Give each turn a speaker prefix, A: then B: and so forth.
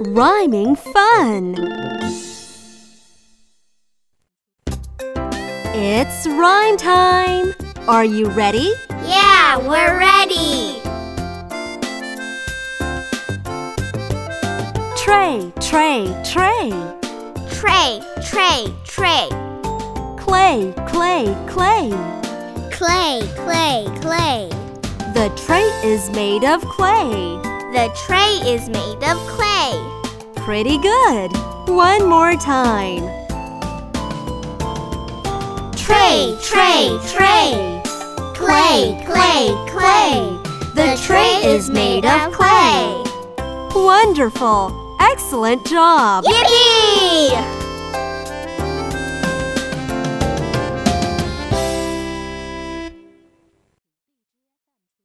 A: Rhyming fun! It's rhyme time! Are you ready?
B: Yeah, we're ready.
A: Tray, tray, tray.
B: Tray, tray, tray.
A: Clay, clay, clay.
B: Clay, clay, clay.
A: The tray is made of clay.
B: The tray is made of clay.
A: Pretty good. One more time.
B: Tray, tray, tray. Clay, clay, clay. The tray is made of clay.
A: Wonderful. Excellent job.
B: Yippee!